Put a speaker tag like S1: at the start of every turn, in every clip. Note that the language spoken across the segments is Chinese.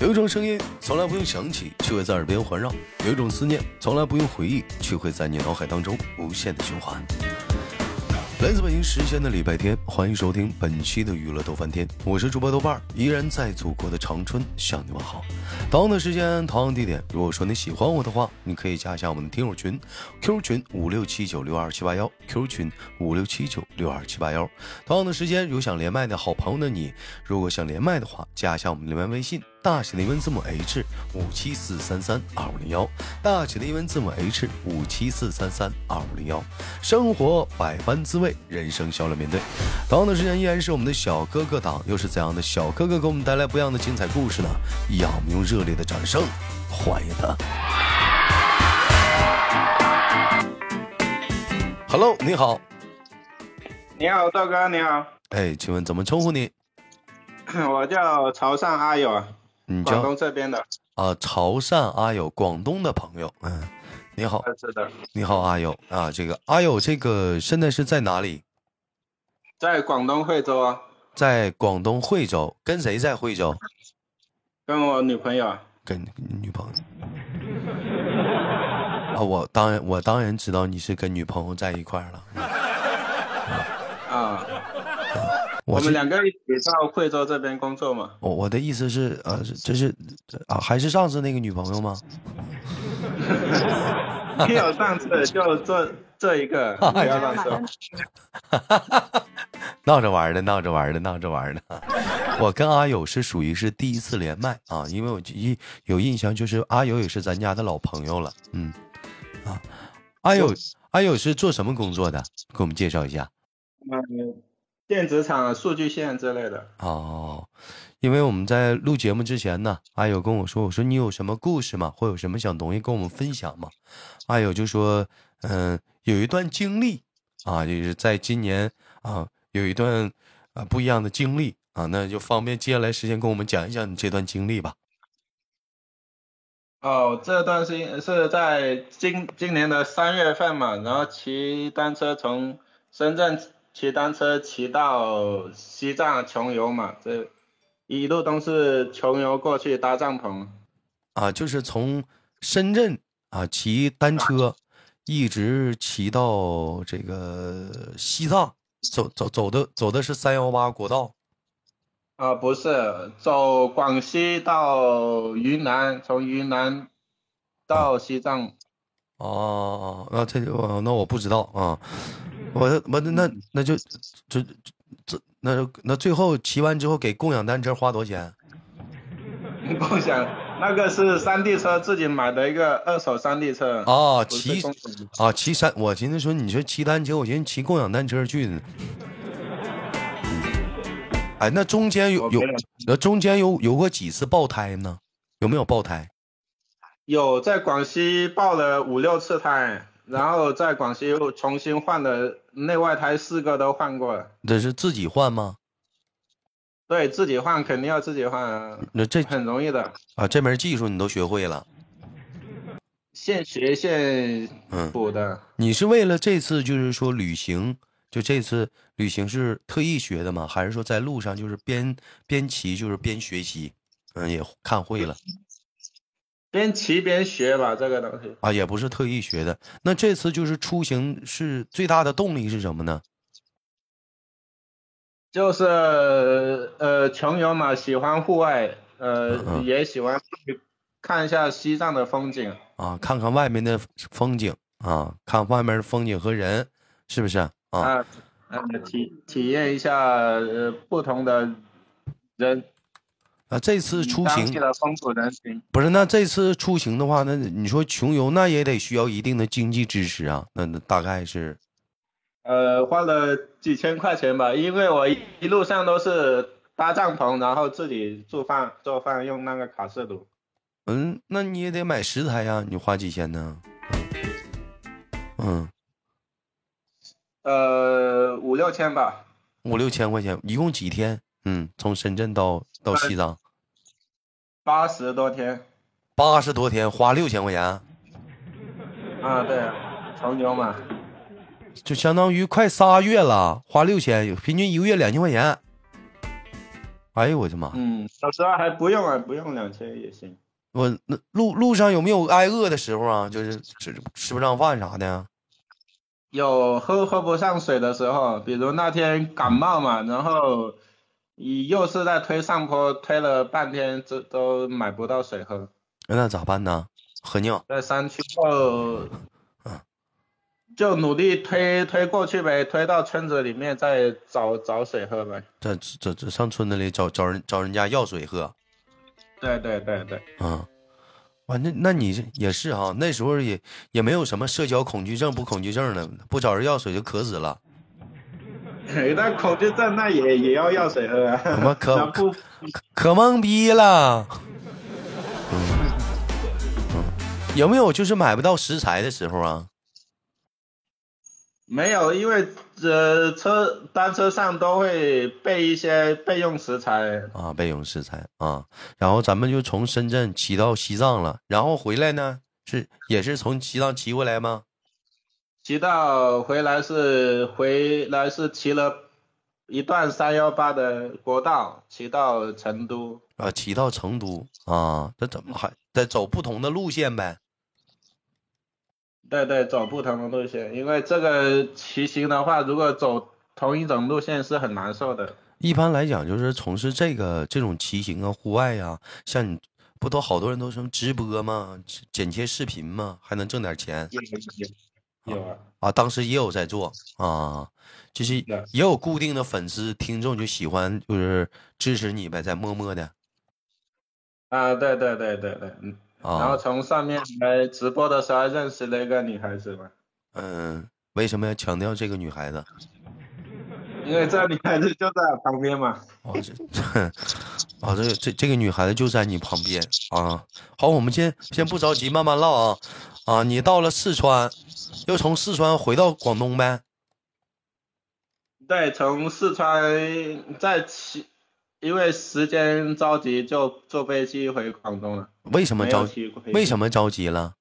S1: 有一种声音从来不用想起，却会在耳边环绕；有一种思念从来不用回忆，却会在你脑海当中无限的循环。来自北京时间的礼拜天，欢迎收听本期的娱乐逗翻天，我是主播豆瓣儿，依然在祖国的长春向你们好。同样的时间，同样地点，如果说你喜欢我的话，你可以加一下我们的听友群，Q 群五六七九六二七八幺，Q 群五六七九六二七八幺。同样的时间，有想连麦的好朋友的你，如果想连麦的话，加一下我们的连麦微信，大写的英文字母 H 五七四三三二五零幺，大写的英文字母 H 五七四三三二五零幺。生活百般滋味，人生笑乐面对。同样的时间依然是我们的小哥哥党，又是怎样的小哥哥给我们带来不一样的精彩故事呢？让我们用热烈的掌声欢迎他。Hello，你好，
S2: 你好，豆哥，你好，
S1: 哎，请问怎么称呼你？
S2: 我叫潮汕阿友啊，
S1: 你
S2: 广
S1: 叫
S2: 东这边的。
S1: 啊，潮汕阿友，广东的朋友，嗯，你好，
S2: 呃是的，
S1: 你好，阿友啊，这个阿友，这个现在是在哪里？
S2: 在广东惠州啊，
S1: 在广东惠州，跟谁在惠州？
S2: 跟我女朋友啊。
S1: 跟女朋友。啊，我当然，我当然知道你是跟女朋友在一块儿了。
S2: 啊，
S1: 我
S2: 我
S1: 是
S2: 们两个一起到惠州这边工作 嘛。
S1: 我我的意思是，呃，是这是啊，还是上次那个女朋友吗？
S2: 没有上次就这这一个，
S1: 哎
S2: 不要乱说。
S1: 闹着玩儿的，闹着玩儿的，闹着玩儿的。我跟阿友是属于是第一次连麦啊，因为我一有印象，就是阿友也是咱家的老朋友了。嗯，啊，阿友，阿友是做什么工作的？给我们介绍一下。
S2: 嗯，电子厂、数据线之类的。
S1: 哦，因为我们在录节目之前呢，阿友跟我说，我说你有什么故事吗？或有什么想东西跟我们分享吗？阿友就说，嗯、有一段经历啊，就是在今年啊，有一段啊不一样的经历啊，那就方便接下来时间跟我们讲一讲你这段经历吧。
S2: 哦，这段时间是在今今年的三月份嘛，然后骑单车从深圳骑单车骑到西藏穷游嘛，这一路都是穷游过去搭帐篷。
S1: 啊，就是从深圳啊骑单车，一直骑到这个西藏，走走走的走的是三幺八国道。
S2: 啊、不是，走广西到云南，从云南到西藏。
S1: 哦，那这就哦那我不知道啊，我我那
S2: 嗯
S1: 那那就就这那就那最后骑完之后给共享单车花多少钱？
S2: 共享那个是山地车，自己买的一个二手山地车。
S1: 啊，
S2: 不是
S1: 骑
S2: 共享的
S1: 啊骑山，我寻思说你说骑单车，我寻思骑共享单车去呢。哎，那中间有
S2: 我
S1: 有
S2: 没有
S1: 那中间有有过几次爆胎呢？有没有爆胎？
S2: 有在广西爆了五六次胎，然后在广西又重新换了内外胎，四个都换过了。
S1: 这是自己换吗？
S2: 对自己换肯定要自己换啊，
S1: 那这
S2: 很容易的，
S1: 啊这门技术你都学会了？
S2: 现学现
S1: 嗯，
S2: 补的。
S1: 你是为了这次就是说旅行，就这次旅行是特意学的吗？还是说在路上就是边边骑就是边学习？嗯，也看会了
S2: 边骑边学吧，这个东西。
S1: 啊，也不是特意学的。那这次就是出行是最大的动力是什么呢？
S2: 就是呃，穷游嘛，喜欢户外，
S1: 嗯嗯
S2: 呃，也喜欢去看一下西藏的风景。
S1: 啊，看看外面的风景啊，看外面的风景和人，是不是啊？
S2: 啊，呃，体体验一下呃不同的人
S1: 啊，这次出
S2: 嗯当
S1: 行
S2: 地的风土人情。
S1: 不是，那这次出行的话，那你说穷游，那也得需要一定的经济支持啊。那那大概是
S2: 呃，花了几千块钱吧，因为我一一路上都是搭帐篷，然后自己做饭做饭用那个卡式炉。
S1: 嗯，那你也得买食材呀，你花几千呢？嗯，
S2: 呃，五六千吧，
S1: 五六千块钱，一共几天？嗯，从深圳到到西藏，
S2: 八十多天。
S1: 八十多天，花六千块钱，
S2: 啊，对，穷游嘛。
S1: 就相当于快仨月了，花六千，平均一个月两千块钱。哎呦我的妈！
S2: 嗯，有时候还不用啊，不用两千也行。
S1: 我那路路上有没有挨饿的时候啊？就是吃吃不上饭啥的？
S2: 有喝喝不上水的时候，比如那天感冒嘛，然后你又是在推上坡，推了半天，这都买不到水喝。
S1: 哎那咋办呢？喝尿。
S2: 在山区后，就努力推推过去呗，推到村子里面再找找水喝呗。
S1: 这这这上村子里找找人找人家要水喝
S2: 对对对 对，
S1: 啊。完、正那你是也是哈、那时候也也没有什么社交恐惧症不恐惧症的，不找人要水就渴死了。
S2: 那恐惧症那也也要药水喝啊。
S1: 么可
S2: 那不
S1: 可懵逼了。嗯有没有就是买不到食材的时候啊？
S2: 没有，因为呃车单车上都会备一些备用食材。
S1: 啊，备用食材啊。然后咱们就从深圳骑到西藏了，然后回来呢是也是从西藏骑回来吗？
S2: 骑到回来是回来是骑了一段三幺八的国道，骑到成都。
S1: 啊，骑到成都啊，这怎么还得走不同的路线呗？
S2: 对对，走不同的路线，因为这个骑行的话，如果走同一种路线是很难受的。
S1: 一般来讲，就是从事这个这种骑行啊、户外呀、像你不都好多人都什么直播吗？剪剪切视频吗？还能挣点钱
S2: 有有有啊，
S1: 啊？当时也有在做啊，就是
S2: 对
S1: 也有固定的粉丝听众就喜欢，就是支持你呗，在默默的
S2: 啊对对对对对，嗯。然后
S1: 啊。
S2: 从上面来直播的时候还认识了一个女孩子嘛，
S1: 嗯、为什么要强调这个女孩子？
S2: 因为这女孩子就在我旁边嘛。
S1: 哦，这 这，哦，这这这个女孩子就在你旁边啊。好，我们先先不着急，慢慢唠啊。啊，你到了四川，又从四川回到广东呗？
S2: 对，从四川再骑，因为时间着急就坐飞机回广东了。
S1: 为什么
S2: 没有
S1: 着？
S2: 骑过飞
S1: 为
S2: 机
S1: 什么着急了？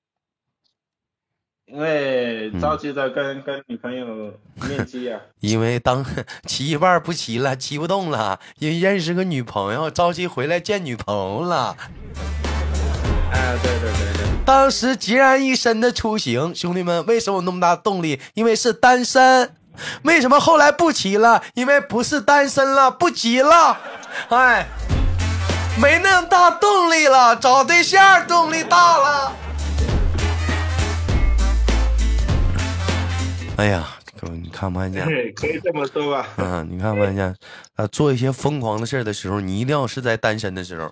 S2: 因为着
S1: 嗯
S2: 急的跟、跟女朋友面 基啊。
S1: 因为当骑一半儿不骑了，骑不动了，因为认识个女朋友，着急回来见女朋友了。
S2: 哎，对对对对，
S1: 当时孑然一身的出行，兄弟们，为什么有那么大动力？因为是单身。为什么后来不骑了？因为不是单身了，不骑了。哎，没那么大动力了，找对象动力大了。哎呀，哥，你看不看 见？
S2: 对可以这么说吧。
S1: 啊，你看发现，啊，做一些疯狂的事儿的时候，你一定要是在单身的时候，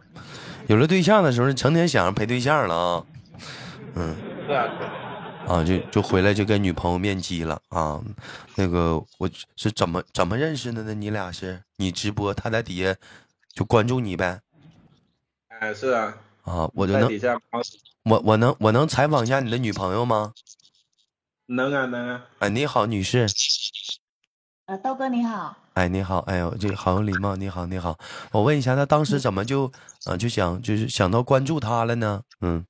S1: 有了对象的时候，你成天想着陪对象了啊，
S2: 是啊，
S1: 啊，就就回来就跟女朋友面基了啊。那个我是怎么怎么认识的呢？你俩是你直播，他在底下就关注你呗
S2: 哎是啊，
S1: 啊，我就
S2: 在
S1: 能
S2: 底下猫
S1: 我我能我能采访一下你的女朋友吗？
S2: 能啊能啊，
S1: 哎，你好，女士。
S3: 呃，豆哥你好，
S1: 哎，你好，哎呦，这个好有礼貌。你好，你好，我问一下，他当时怎么就，啊，就想就是想到关注他了呢？嗯，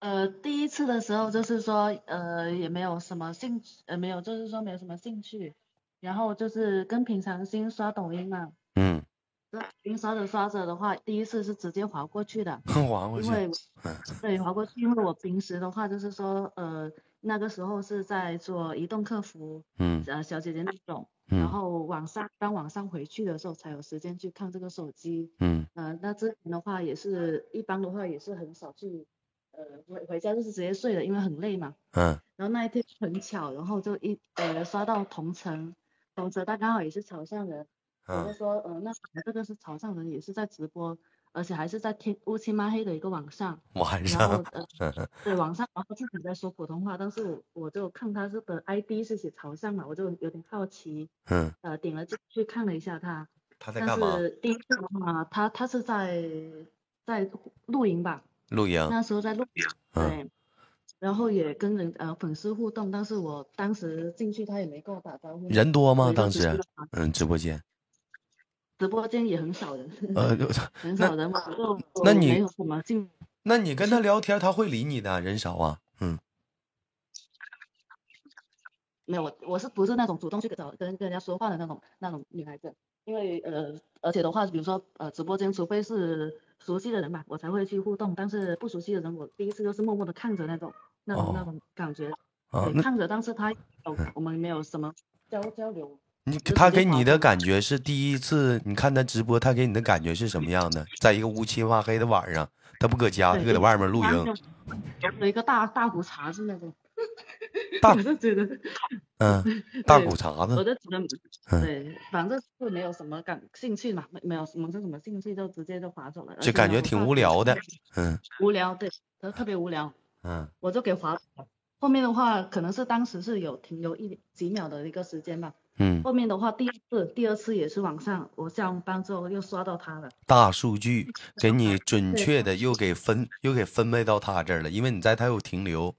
S3: 呃，第一次的时候就是说，呃，也没有什么兴趣，呃，没有，就是说没有什么兴趣，然后就是跟平常心刷抖音嘛，
S1: 嗯，
S3: 这抖音刷着刷着的话，第一次是直接划过去的，
S1: 玩过
S3: 因
S1: 去，
S3: 为
S1: 嗯
S3: 对划过去，因为我平时的话就是说，呃，那个时候是在做移动客服，
S1: 嗯
S3: 呃，小姐姐那种，然
S1: 嗯
S3: 后晚上当晚上回去的时候才有时间去看这个手机，
S1: 嗯
S3: 呃，那之前的话也是一般的话也是很少去，呃，回回家就是直接睡了，因为很累嘛。
S1: 嗯
S3: 然后那一天很巧，然后就一呃刷到同城，同城他刚好也是潮汕人，我就
S1: 嗯
S3: 说，呃，那这个是潮汕人，也是在直播，而且还是在天乌漆嘛黑的一个晚上，
S1: 晚
S3: 然后
S1: 上，
S3: 呃
S1: 嗯
S3: 对晚上，然后自己在说普通话，但是我我就看他这个 ID 是写潮汕嘛，我就有点好奇，
S1: 嗯，
S3: 呃，点了进去看了一下他。
S1: 他在
S3: 但
S1: 干嘛？
S3: 是第一次的话，他他是在在露营吧，
S1: 露营，
S3: 那时候在露营，
S1: 嗯
S3: 对，然后也跟人呃粉丝互动，但是我当时进去他也没跟我打招呼，
S1: 人多吗？
S3: 我就
S1: 当
S3: 直接
S1: 时，
S3: 把
S1: 嗯，直播间，
S3: 直播间也很少人，
S1: 呃， 就
S3: 很
S1: 那
S3: 少人，我就
S1: 那
S3: 我
S1: 你
S3: 没有什么进，
S1: 那你跟他聊天，他会理你的，人少啊，嗯，
S3: 没有我我是不是那种主动去找跟跟人家说话的那种那种女孩子，因为呃，而且的话，比如说呃，直播间除非是熟悉的人吧，我才会去互动，但是不熟悉的人，我第一次就是默默的看着那种那种、那
S1: 哦
S3: 种感觉，
S1: 啊
S3: 对，
S1: 那嗯
S3: 看着，但是他哦我们没有什么交交流，
S1: 你
S3: 就
S1: 他
S3: 直接
S1: 给你
S3: 划
S1: 的
S3: 分
S1: 感觉是第一次，你看他直播，他给你的感觉是什么样的？在一个乌漆嘛黑的晚上，他不搁家，他
S3: 对
S1: 搁在
S3: 就
S1: 外面露
S3: 然
S1: 营
S3: 后，有一个大大壶茶是那种，
S1: 大
S3: 我就觉得
S1: 嗯，大
S3: 对
S1: 骨碴
S3: 我
S1: 子，
S3: 就觉得
S1: 嗯
S3: 对，反正就没有什么感兴趣嘛，没没有什么什么兴趣，就直接就划走了，而
S1: 就
S3: 且
S1: 感
S3: 呢
S1: 觉
S3: 我
S1: 挺
S3: 发
S1: 无
S3: 觉
S1: 聊的，嗯
S3: 无聊，对，特特别无聊，
S1: 嗯
S3: 我就给划了。后面的话可能是当时是有停留一几秒的一个时间吧。
S1: 嗯，
S3: 后面的话第二次第二次也是晚上，我下完班之后又刷到他了。
S1: 大数 据给你准
S3: 对
S1: 确的又给分又给分配到他这儿了，因为你在他有停留，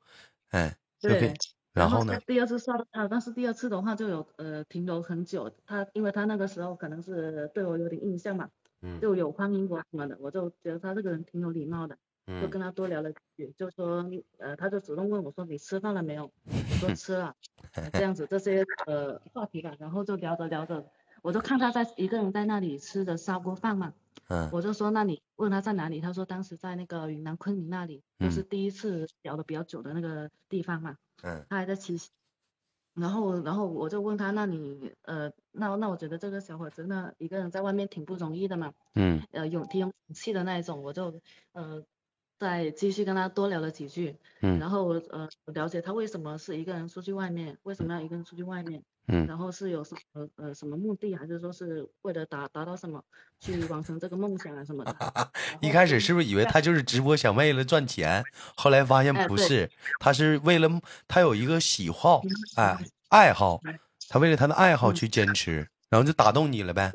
S1: 哎，又给
S3: 对，
S1: 然后
S3: 后
S1: 呢
S3: 是，第二次刷到他，但是第二次的话就有呃停留很久。他因为他那个时候可能是对我有点印象嘛，
S1: 嗯
S3: 就有欢迎我什么的，我就觉得他这个人挺有礼貌的。就
S1: 嗯
S3: 跟他多聊了几句，就说呃，他就主动问我说你吃饭了没有？ 我说吃了，呃这样子这些呃话题吧，然后就聊着聊着，我就看他在一个人在那里吃着砂锅饭嘛，
S1: 嗯
S3: 我就说那你问他在哪里？他说当时在那个云南昆明那里，就是
S1: 嗯
S3: 第一次聊的比较久的那个地方嘛，
S1: 嗯
S3: 他还在骑行。然后，然后我就问他，那你呃，那那我觉得这个小伙子那一个人在外面挺不容易的嘛，
S1: 嗯
S3: 呃勇挺有勇气的那一种，我就呃再继续跟他多聊了几句，
S1: 嗯
S3: 然后呃了解他为什么是一个人出去外面，为什么要一个人出去外面，
S1: 嗯
S3: 然后是有什么呃什么目的，还是说是为了达达到什么去完成这个梦想啊什 么的。然
S1: 一
S3: 后
S1: 开
S3: 就
S1: 始是不是以为他就是直播想为了赚钱，后来发现
S3: 哎
S1: 不
S3: 对
S1: 是，他是为了他有一个喜好，哎，
S3: 嗯
S1: 爱好
S3: 嗯，
S1: 他为了他的爱好
S3: 嗯
S1: 去坚持，然后就打动你了呗。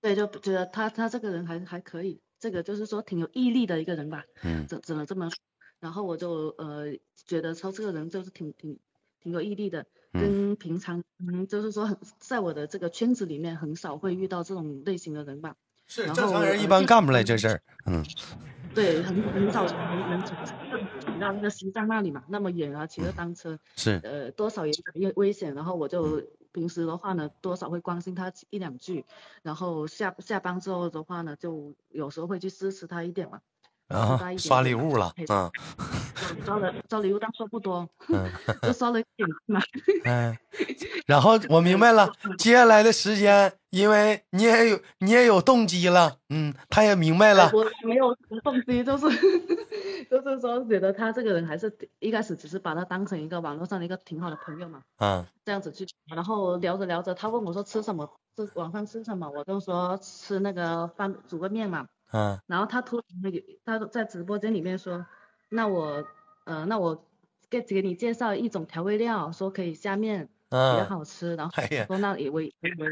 S3: 对，就觉得他他这个人还还可以，这个就是说挺有毅力的一个人吧，
S1: 嗯
S3: 只只能这么说。然后我就呃觉得说这个人就是挺挺挺有毅力的，
S1: 嗯
S3: 跟平常嗯就是说很在我的这个圈子里面很少会遇到这种类型的人吧，
S1: 是
S3: 然
S1: 正常
S3: 后
S1: 人一
S3: 呃
S1: 般
S3: 这
S1: 干不来
S3: 嗯
S1: 这事儿。嗯
S3: 对，很很少能能从从到那个西藏那里嘛，那么远啊，骑个单车，
S1: 是，
S3: 呃，多少也有点危险。然后我就平时的话呢，多少会关心他一两句，然后下下班之后的话呢，就有时候会去支持他一点嘛，
S1: 然
S3: 知
S1: 后
S3: 道一
S1: 啊
S3: 点
S1: 刷礼
S3: 点
S1: 物了
S3: 陪，着
S1: 嗯
S3: 就招了招礼物，但说不多，
S1: 嗯
S3: 就收了一点嘛。
S1: 嗯，然后我明白了，接下来的时间，因为你也有你也有动机了，嗯，他也明白了，
S3: 哎我没有什么动机，就是就是说觉得他这个人还是一开始只是把他当成一个网络上的一个挺好的朋友嘛。
S1: 嗯
S3: 这样子去，然后聊着聊着，他问我说吃什么，这晚上吃什么，我就说吃那个饭煮个面嘛。
S1: 嗯
S3: 然后他突然有他在直播间里面说，那我呃那我给给你介绍一种调味料，说可以下面比较
S1: 嗯，
S3: 好吃。然后
S1: 哎呀
S3: 我说那以为以为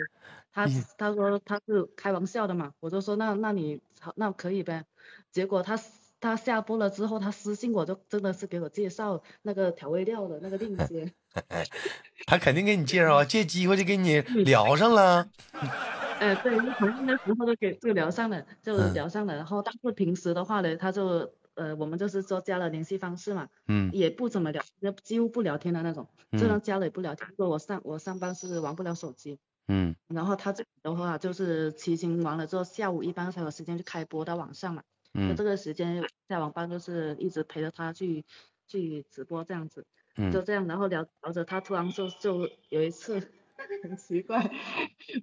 S3: 他
S1: 嗯
S3: 他说他是开玩笑的嘛，我就说那那你好那可以呗。结果他私他下播了之后，他私信我就真的是给我介绍那个调味料的那个链 接。
S1: 他肯定给你介绍啊，借机会就给你
S3: 嗯
S1: 聊上了，
S3: 呃，对，就从那时候就给就聊上了，就
S1: 嗯
S3: 聊上了。然后，但是平时的话呢，他就呃，我们就是说加了联系方式嘛，
S1: 嗯
S3: 也不怎么聊，就几乎不聊天的那种。
S1: 嗯
S3: 就算加了也不聊天，说我上我上班是玩不了手机。
S1: 嗯
S3: 然后他这里的话就是骑行完了之后，下午一般才有时间去开播到晚上嘛。就
S1: 嗯
S3: 这个时间下完班就是一直陪着他去去直播这样子，就
S1: 嗯，
S3: 这样，然后聊聊着，他突然就就有一次很奇怪，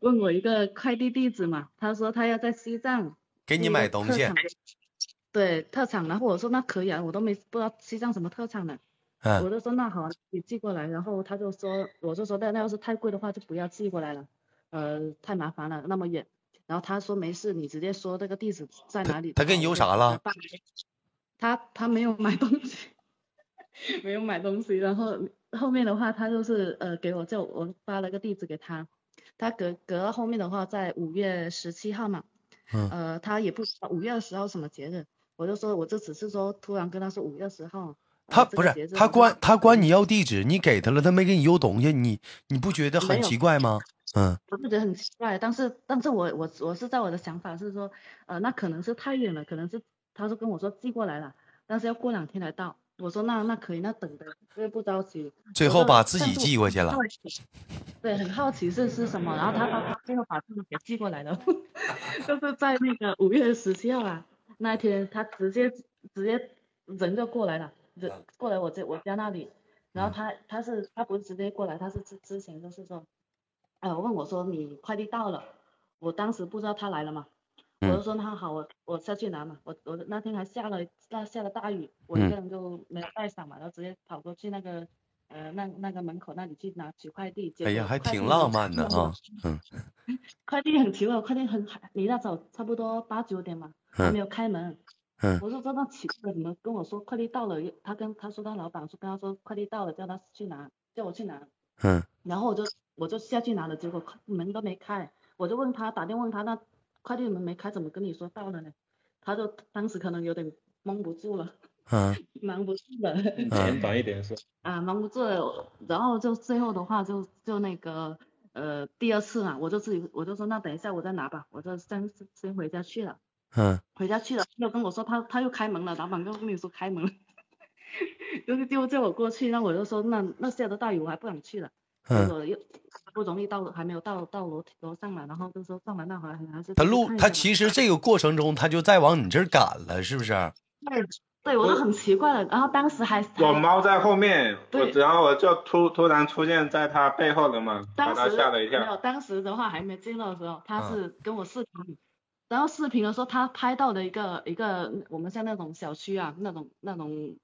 S3: 问我一个快递地址嘛，他说他要在西藏
S1: 给你
S3: 去一个
S1: 买东
S3: 特
S1: 西
S3: 产，对特产，然后我说那可以啊，我都没不知道西藏什么特产呢，
S1: 嗯
S3: 我就说那好啊，你寄过来，然后他就说我就说那那要是太贵的话就不要寄过来了，呃太麻烦了那么远，然后他说没事，你直接说这个地址在
S1: 他
S3: 哪里就好。
S1: 他跟你
S3: 我
S1: 有
S3: 就
S1: 啥
S3: 把
S1: 了？
S3: 办他他没有买东西， 没有买东西。然后后面的话，他就是呃给我叫我发了个地址给他，他隔隔到后面的话，在五月十七号嘛，
S1: 嗯
S3: 呃他也不知道五月二十号什么节日，我就说我就只是说突然跟他说五月二十号。呃
S1: 他
S3: 这
S1: 不
S3: 个
S1: 是
S3: 节日
S1: 他
S3: 我就嗯
S1: 管他管你要地址，你给他了，他没给你邮东西，你你不觉得
S3: 没
S1: 很
S3: 有
S1: 奇怪吗？嗯
S3: 我不觉得很奇怪，但是但是我我我是在我的想法是说，呃，那可能是太远了，可能是他说跟我说寄过来了，但是要过两天才到，我说那那可以，那等着，因为不着急。
S1: 最后把自己寄过去了。
S3: 对，很好奇是是什么，然后他他他最后把他们给寄过来了， 就是在那个五月十七号啊那一天，他直接直接人就过来了，人
S1: 啊
S3: 过来我这我家那里，
S1: 嗯
S3: 然后他他是他不是直接过来，他是之之前就是说，呃问我说你快递到了，我当时不知道他来了嘛。我
S1: 嗯
S3: 就说那好，我我下去拿嘛。我我那天还下了那下了大雨，我一个
S1: 嗯
S3: 人就没有带伞嘛，然后直接跑过去那个呃那那个门口那里去拿取快递。结
S1: 哎呀，
S3: 果
S1: 还
S3: 快
S1: 挺
S3: 递
S1: 浪
S3: 很
S1: 漫 的
S3: 奇妙
S1: 啊。嗯
S3: 快递很奇怪，快递很离那早差不多八九点嘛，还
S1: 嗯
S3: 没有开门。
S1: 嗯
S3: 我说这那奇怪，怎么跟我说快递到了？他跟他说他老板说跟他说快递到了，叫他去拿，叫我去拿。
S1: 嗯
S3: 然后我就我就下去拿了，结果快门都没开，我就问他打电话问他那快递门没开，怎么跟你说到了呢？他就当时可能有点蒙不住了，
S1: 嗯
S3: 瞒不住了
S2: 简短一点说。
S3: 啊，瞒不住了。然后就最后的话就就那个呃第二次啊，我就自己我就说那等一下我再拿吧，我就先先回家去了。
S1: 嗯
S3: 回家去了，又跟我说他他又开门了，老板又跟你说开门了， 就是就叫我过去，那我就说那那下着大雨我还不想去了。结
S1: 嗯，
S3: 果又好不容易到还没有到到楼梯楼上嘛，然后就说上来那会儿还是
S1: 他
S3: 去
S1: 录
S3: 看一嗯
S1: 他
S3: 下嘛
S1: 其实这个过程中他就在往你这儿赶了，是不啊是？
S3: 对对我都很奇怪了，然后当时还
S2: 我
S3: 还
S2: 猫在后面，我
S3: 对
S2: 然后我就突突然出现在它背后了嘛，把
S3: 当
S2: 它
S3: 时
S2: 吓了一
S3: 没有
S2: 跳。
S3: 当时的话还没见到的时候，他
S1: 嗯
S3: 是跟我视频，然后视频的时候他拍到的一个一个我们像那种小区啊那种那种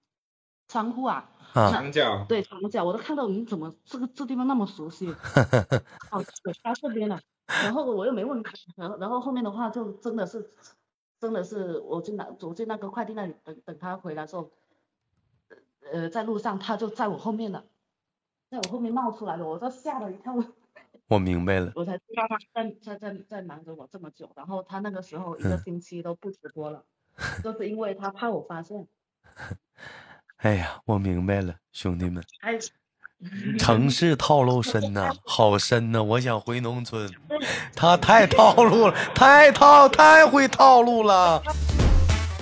S3: 窗户啊，
S1: 啊，
S2: 墙角，
S3: 对墙角我都看到你怎么这个这地方那么熟悉，哦，对，他这边了。然后我又没问他，然后然后后面的话就真的是，真的是我去拿走去那个快递那里等等他回来之后，呃，在路上他就在我后面了，在我后面冒出来了，我都吓了一跳，
S1: 我明白了。
S3: 我才知道他在在在在瞒着我这么久。然后他那个时候一个
S1: 嗯
S3: 星期都不直播了，就是因为他怕我发现。
S1: 哎呀，我明白了，兄弟们，
S3: 哎，
S1: 城
S3: 嗯
S1: 市套路深 呐、好深呐、我想回农村，他太套路了，太套太会套路了。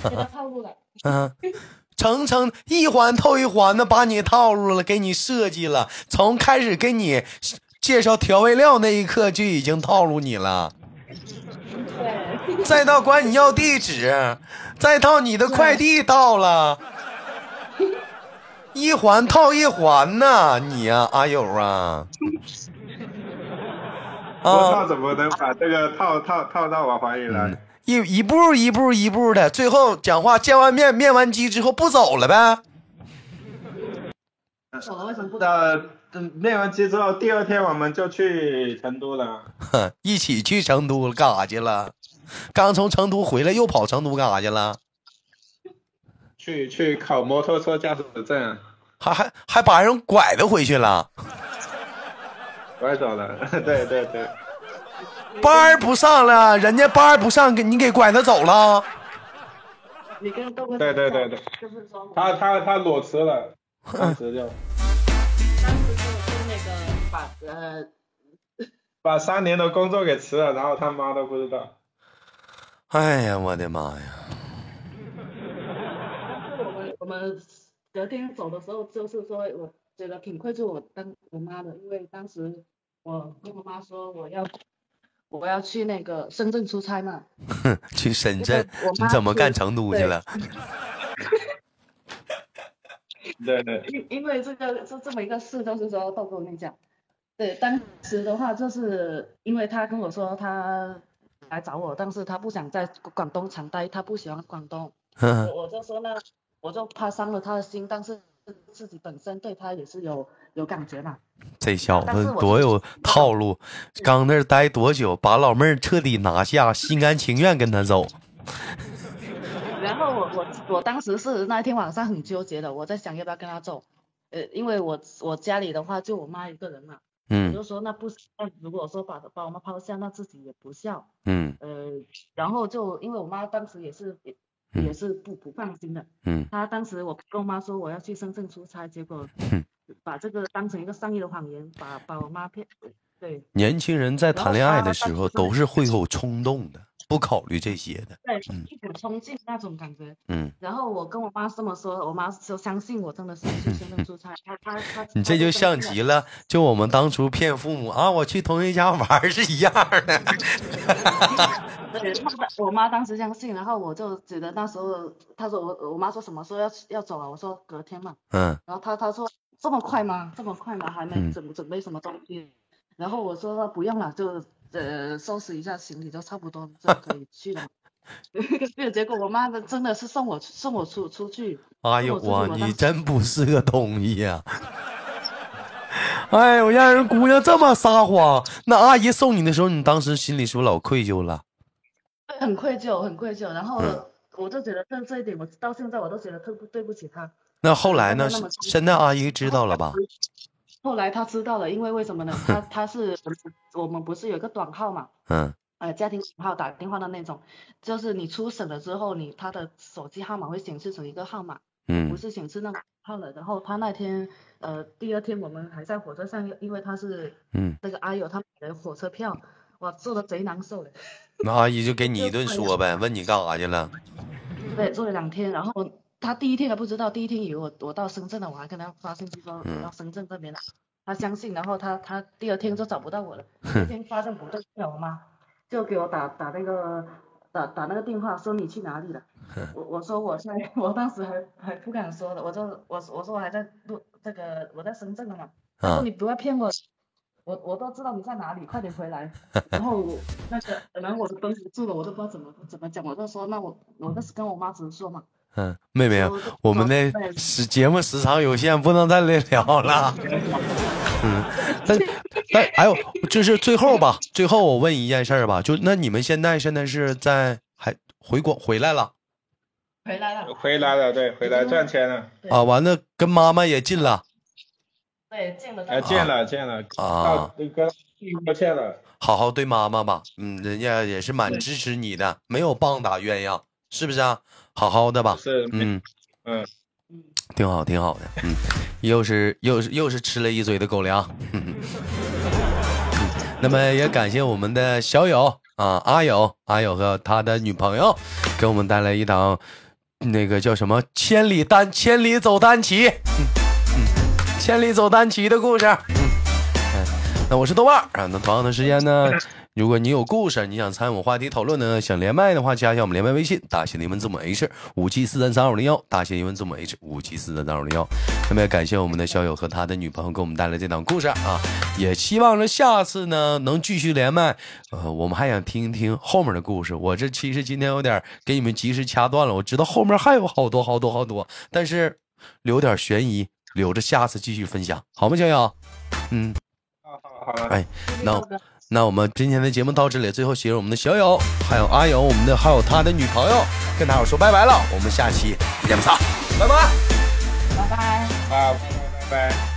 S3: 给他套路了。
S1: 嗯， 层层一环套一环的把你套路了，给你设计了，从开始给你介绍调味料那一刻就已经套路你了，
S3: 对，
S1: 再到管你要地址，再到你的快递到了，一环套一环呐、你呀、阿友啊，
S2: 我
S1: 啊
S2: 操，，怎么能把这个套套套到我怀里来？
S1: 一一步一步一步的，最后讲话见完面面完鸡之后不走了呗。
S3: 走了为什么不走？
S2: 那嗯练完机之后，第二天我们就去成都了。
S1: 哼，一起去成都了，干啥去了？刚从成都回来，又跑成都干啥去了？
S2: 去去考摩托车驾驶证，啊
S1: 还还还把人拐着回去了，
S2: 拐走了。 对对对，
S1: 班儿不上了，人家班儿不上，给你给拐着走了。
S3: 你跟豆哥
S2: 对对对
S3: 讲
S2: 对，
S3: 就是说我
S2: 他他他裸辞了，当时就
S3: 当时就是那个把呃
S2: 把三年的工作给辞了，然后他妈都不知道。
S1: 哎呀，我的妈呀！
S3: 就是我们我们隔天走的时候，就是说我觉得挺愧疚我当我妈的，因为当时我跟我妈说我要我要去那个深圳出差嘛，
S1: 去深圳
S3: 因为我，
S1: 你
S3: 妈
S1: 怎么
S3: 是
S1: 干成都去
S3: 对
S1: 了？
S2: 对对，
S3: 因因为这个这这么一个事，就是说豆哥我跟你讲，对，当时的话就是因为他跟我说他来找我，但是他不想在广东长待，他不喜欢广东。
S1: 嗯
S3: 我我就说呢，我就怕伤了他的心，但是自己本身对他也是有有感觉嘛。
S1: 这小
S3: 但是
S1: 子
S3: 我
S1: 多
S3: 是
S1: 有套路，刚那儿待多久，把老妹儿彻底拿下，心甘情愿跟他走。
S3: 然后我我我当时是那天晚上很纠结的，我在想要不要跟他走，呃，因为我我家里的话就我妈一个人嘛，我
S1: 嗯
S3: 就说那不行，那如果说把把我妈抛下，那自己也不孝，
S1: 嗯
S3: 呃，然后就因为我妈当时也是也
S1: 嗯
S3: 也是不不放心的，
S1: 嗯
S3: 她当时我跟我妈说我要去深圳出差，结果
S1: 哼
S3: 把这个当成一个善意的谎言，把把我妈骗，对。
S1: 年轻人在
S3: 然
S1: 谈
S3: 后
S1: 恋爱
S3: 他
S1: 的
S3: 当
S1: 时候
S3: 时就
S1: 都是会有冲动的，不考虑这些的。
S3: 对
S1: 嗯，
S3: 一股冲劲那种感觉。
S1: 嗯，
S3: 然后我跟我妈这么说，我妈说相信我，真的是去深圳出差，她她她，
S1: 你这就像
S3: 极
S1: 极了，就我们当初骗父母啊，我去同学家玩儿是一样的。
S3: 对，她当我妈当时相信，然后我就觉得那时候，她说我我妈说什么时候要要走啊？我说隔天嘛。
S1: 嗯
S3: 然后她她说这么快吗？这么快吗？还
S1: 嗯
S3: 没准准备什么东西？然后我说不用了，就呃收拾一下行李就差不多就可以去 了。对，结果我妈的真的是送我出送我出出去，
S1: 哎呦
S3: 我自己
S1: 哇，
S3: 我当
S1: 你
S3: 时
S1: 真不是个东西呀、 哎呦，让人姑娘这么撒谎，那阿姨送你的时候，你当时心里是不是老愧疚了？
S3: 很愧疚，很愧疚。然后
S1: 嗯
S3: 我就觉得这这一点，我到现在我都觉得特不对不起他。
S1: 那后来呢？
S3: 那
S1: 是
S3: 么重
S1: 现在阿姨知道了吧？
S3: 后来他知道了，因为为什么呢？ 他他是我们不是有一个短号嘛，
S1: 嗯
S3: 呃，家庭短号打电话的那种，就是你出省了之后，你他的手机号码会显示成一个号码，不
S1: 嗯
S3: 是显示那个号了。然后他那天呃，第二天我们还在火车上，因为他是
S1: 嗯，
S3: 那个阿友他买的火车票，哇，坐的贼难受的。
S1: 那阿姨就给你
S3: 就
S1: 一顿
S3: 快
S1: 说
S3: 要
S1: 呗，问你干啥去了？
S3: 对，住了两天，然后他第一天还不知道，第一天以为我我到深圳了，我还跟他发信息说
S1: 嗯
S3: 我到深圳这边了，他相信，然后他他第二天就找不到我了，第一天发现不对劲了，我妈就给我打打那个打打那个电话说你去哪里了，我我说我在，我当时还还不敢说的，我就我我说我还在路这个我在深圳了嘛，他
S1: 啊
S3: 说你不要骗我。我我都知道你在哪里，快点 回来。然后我那个，然后我就绷不住了，我都不知道怎么怎么讲，我就说那我我那是跟我妈直说嘛，
S1: 嗯，妹妹啊
S3: 我就，
S1: 我们
S3: 说
S1: 的
S3: 哦对
S1: 时节目时长有限，不能再聊 了。嗯，但但还有就是最后吧，最后我问一件事儿吧，就那你们现在现在是在还回国回来了
S3: 回来了，
S2: 回来了，对，回来赚钱了，
S3: 对
S1: 啊？完了，跟妈妈也近了。
S3: 对，见了
S2: 哎，
S3: 他，
S2: 见了见了，
S1: 啊
S3: 嗯
S2: 到那个过去了，
S1: 好好对妈妈吧，嗯，人家也是蛮支持你的，没有棒打鸳鸯，是不是啊？好好的吧，
S2: 是，
S1: 嗯，
S2: 嗯，
S3: 嗯，
S1: 挺好，挺好的，嗯，又是又是又是吃了一嘴的狗粮，嗯那么也感谢我们的小友啊，阿友，阿友和他的女朋友给我们带来一档那个叫什么“千里单千里走单骑”，嗯嗯，千里走单骑的故事，嗯。哎那我是豆瓣儿啊。那同样的时间呢，如果你有故事，你想参与我话题讨论呢，想连麦的话，加一下我们连麦微信，大写的英文字母 H 五七四三三二零幺，大写的英文字母 H 五七四三三二零幺。那么也感谢我们的校友和他的女朋友给我们带来这档故事啊，也希望着下次呢能继续连麦。呃，我们还想听一听后面的故事。我这其实今天有点给你们及时掐断了，我知道后面还有好多好多好多，但是留点悬疑，留着下次继续分享，好吗，小友？嗯。
S2: 好啊好好了，
S1: 哎，那我那我们今天的节目到这里，最后写我们的小友，还有阿友，我们的还有他的女朋友，跟大伙说拜拜了，我们下期不见不散，拜拜。
S3: 拜拜。
S2: 啊，拜拜拜拜。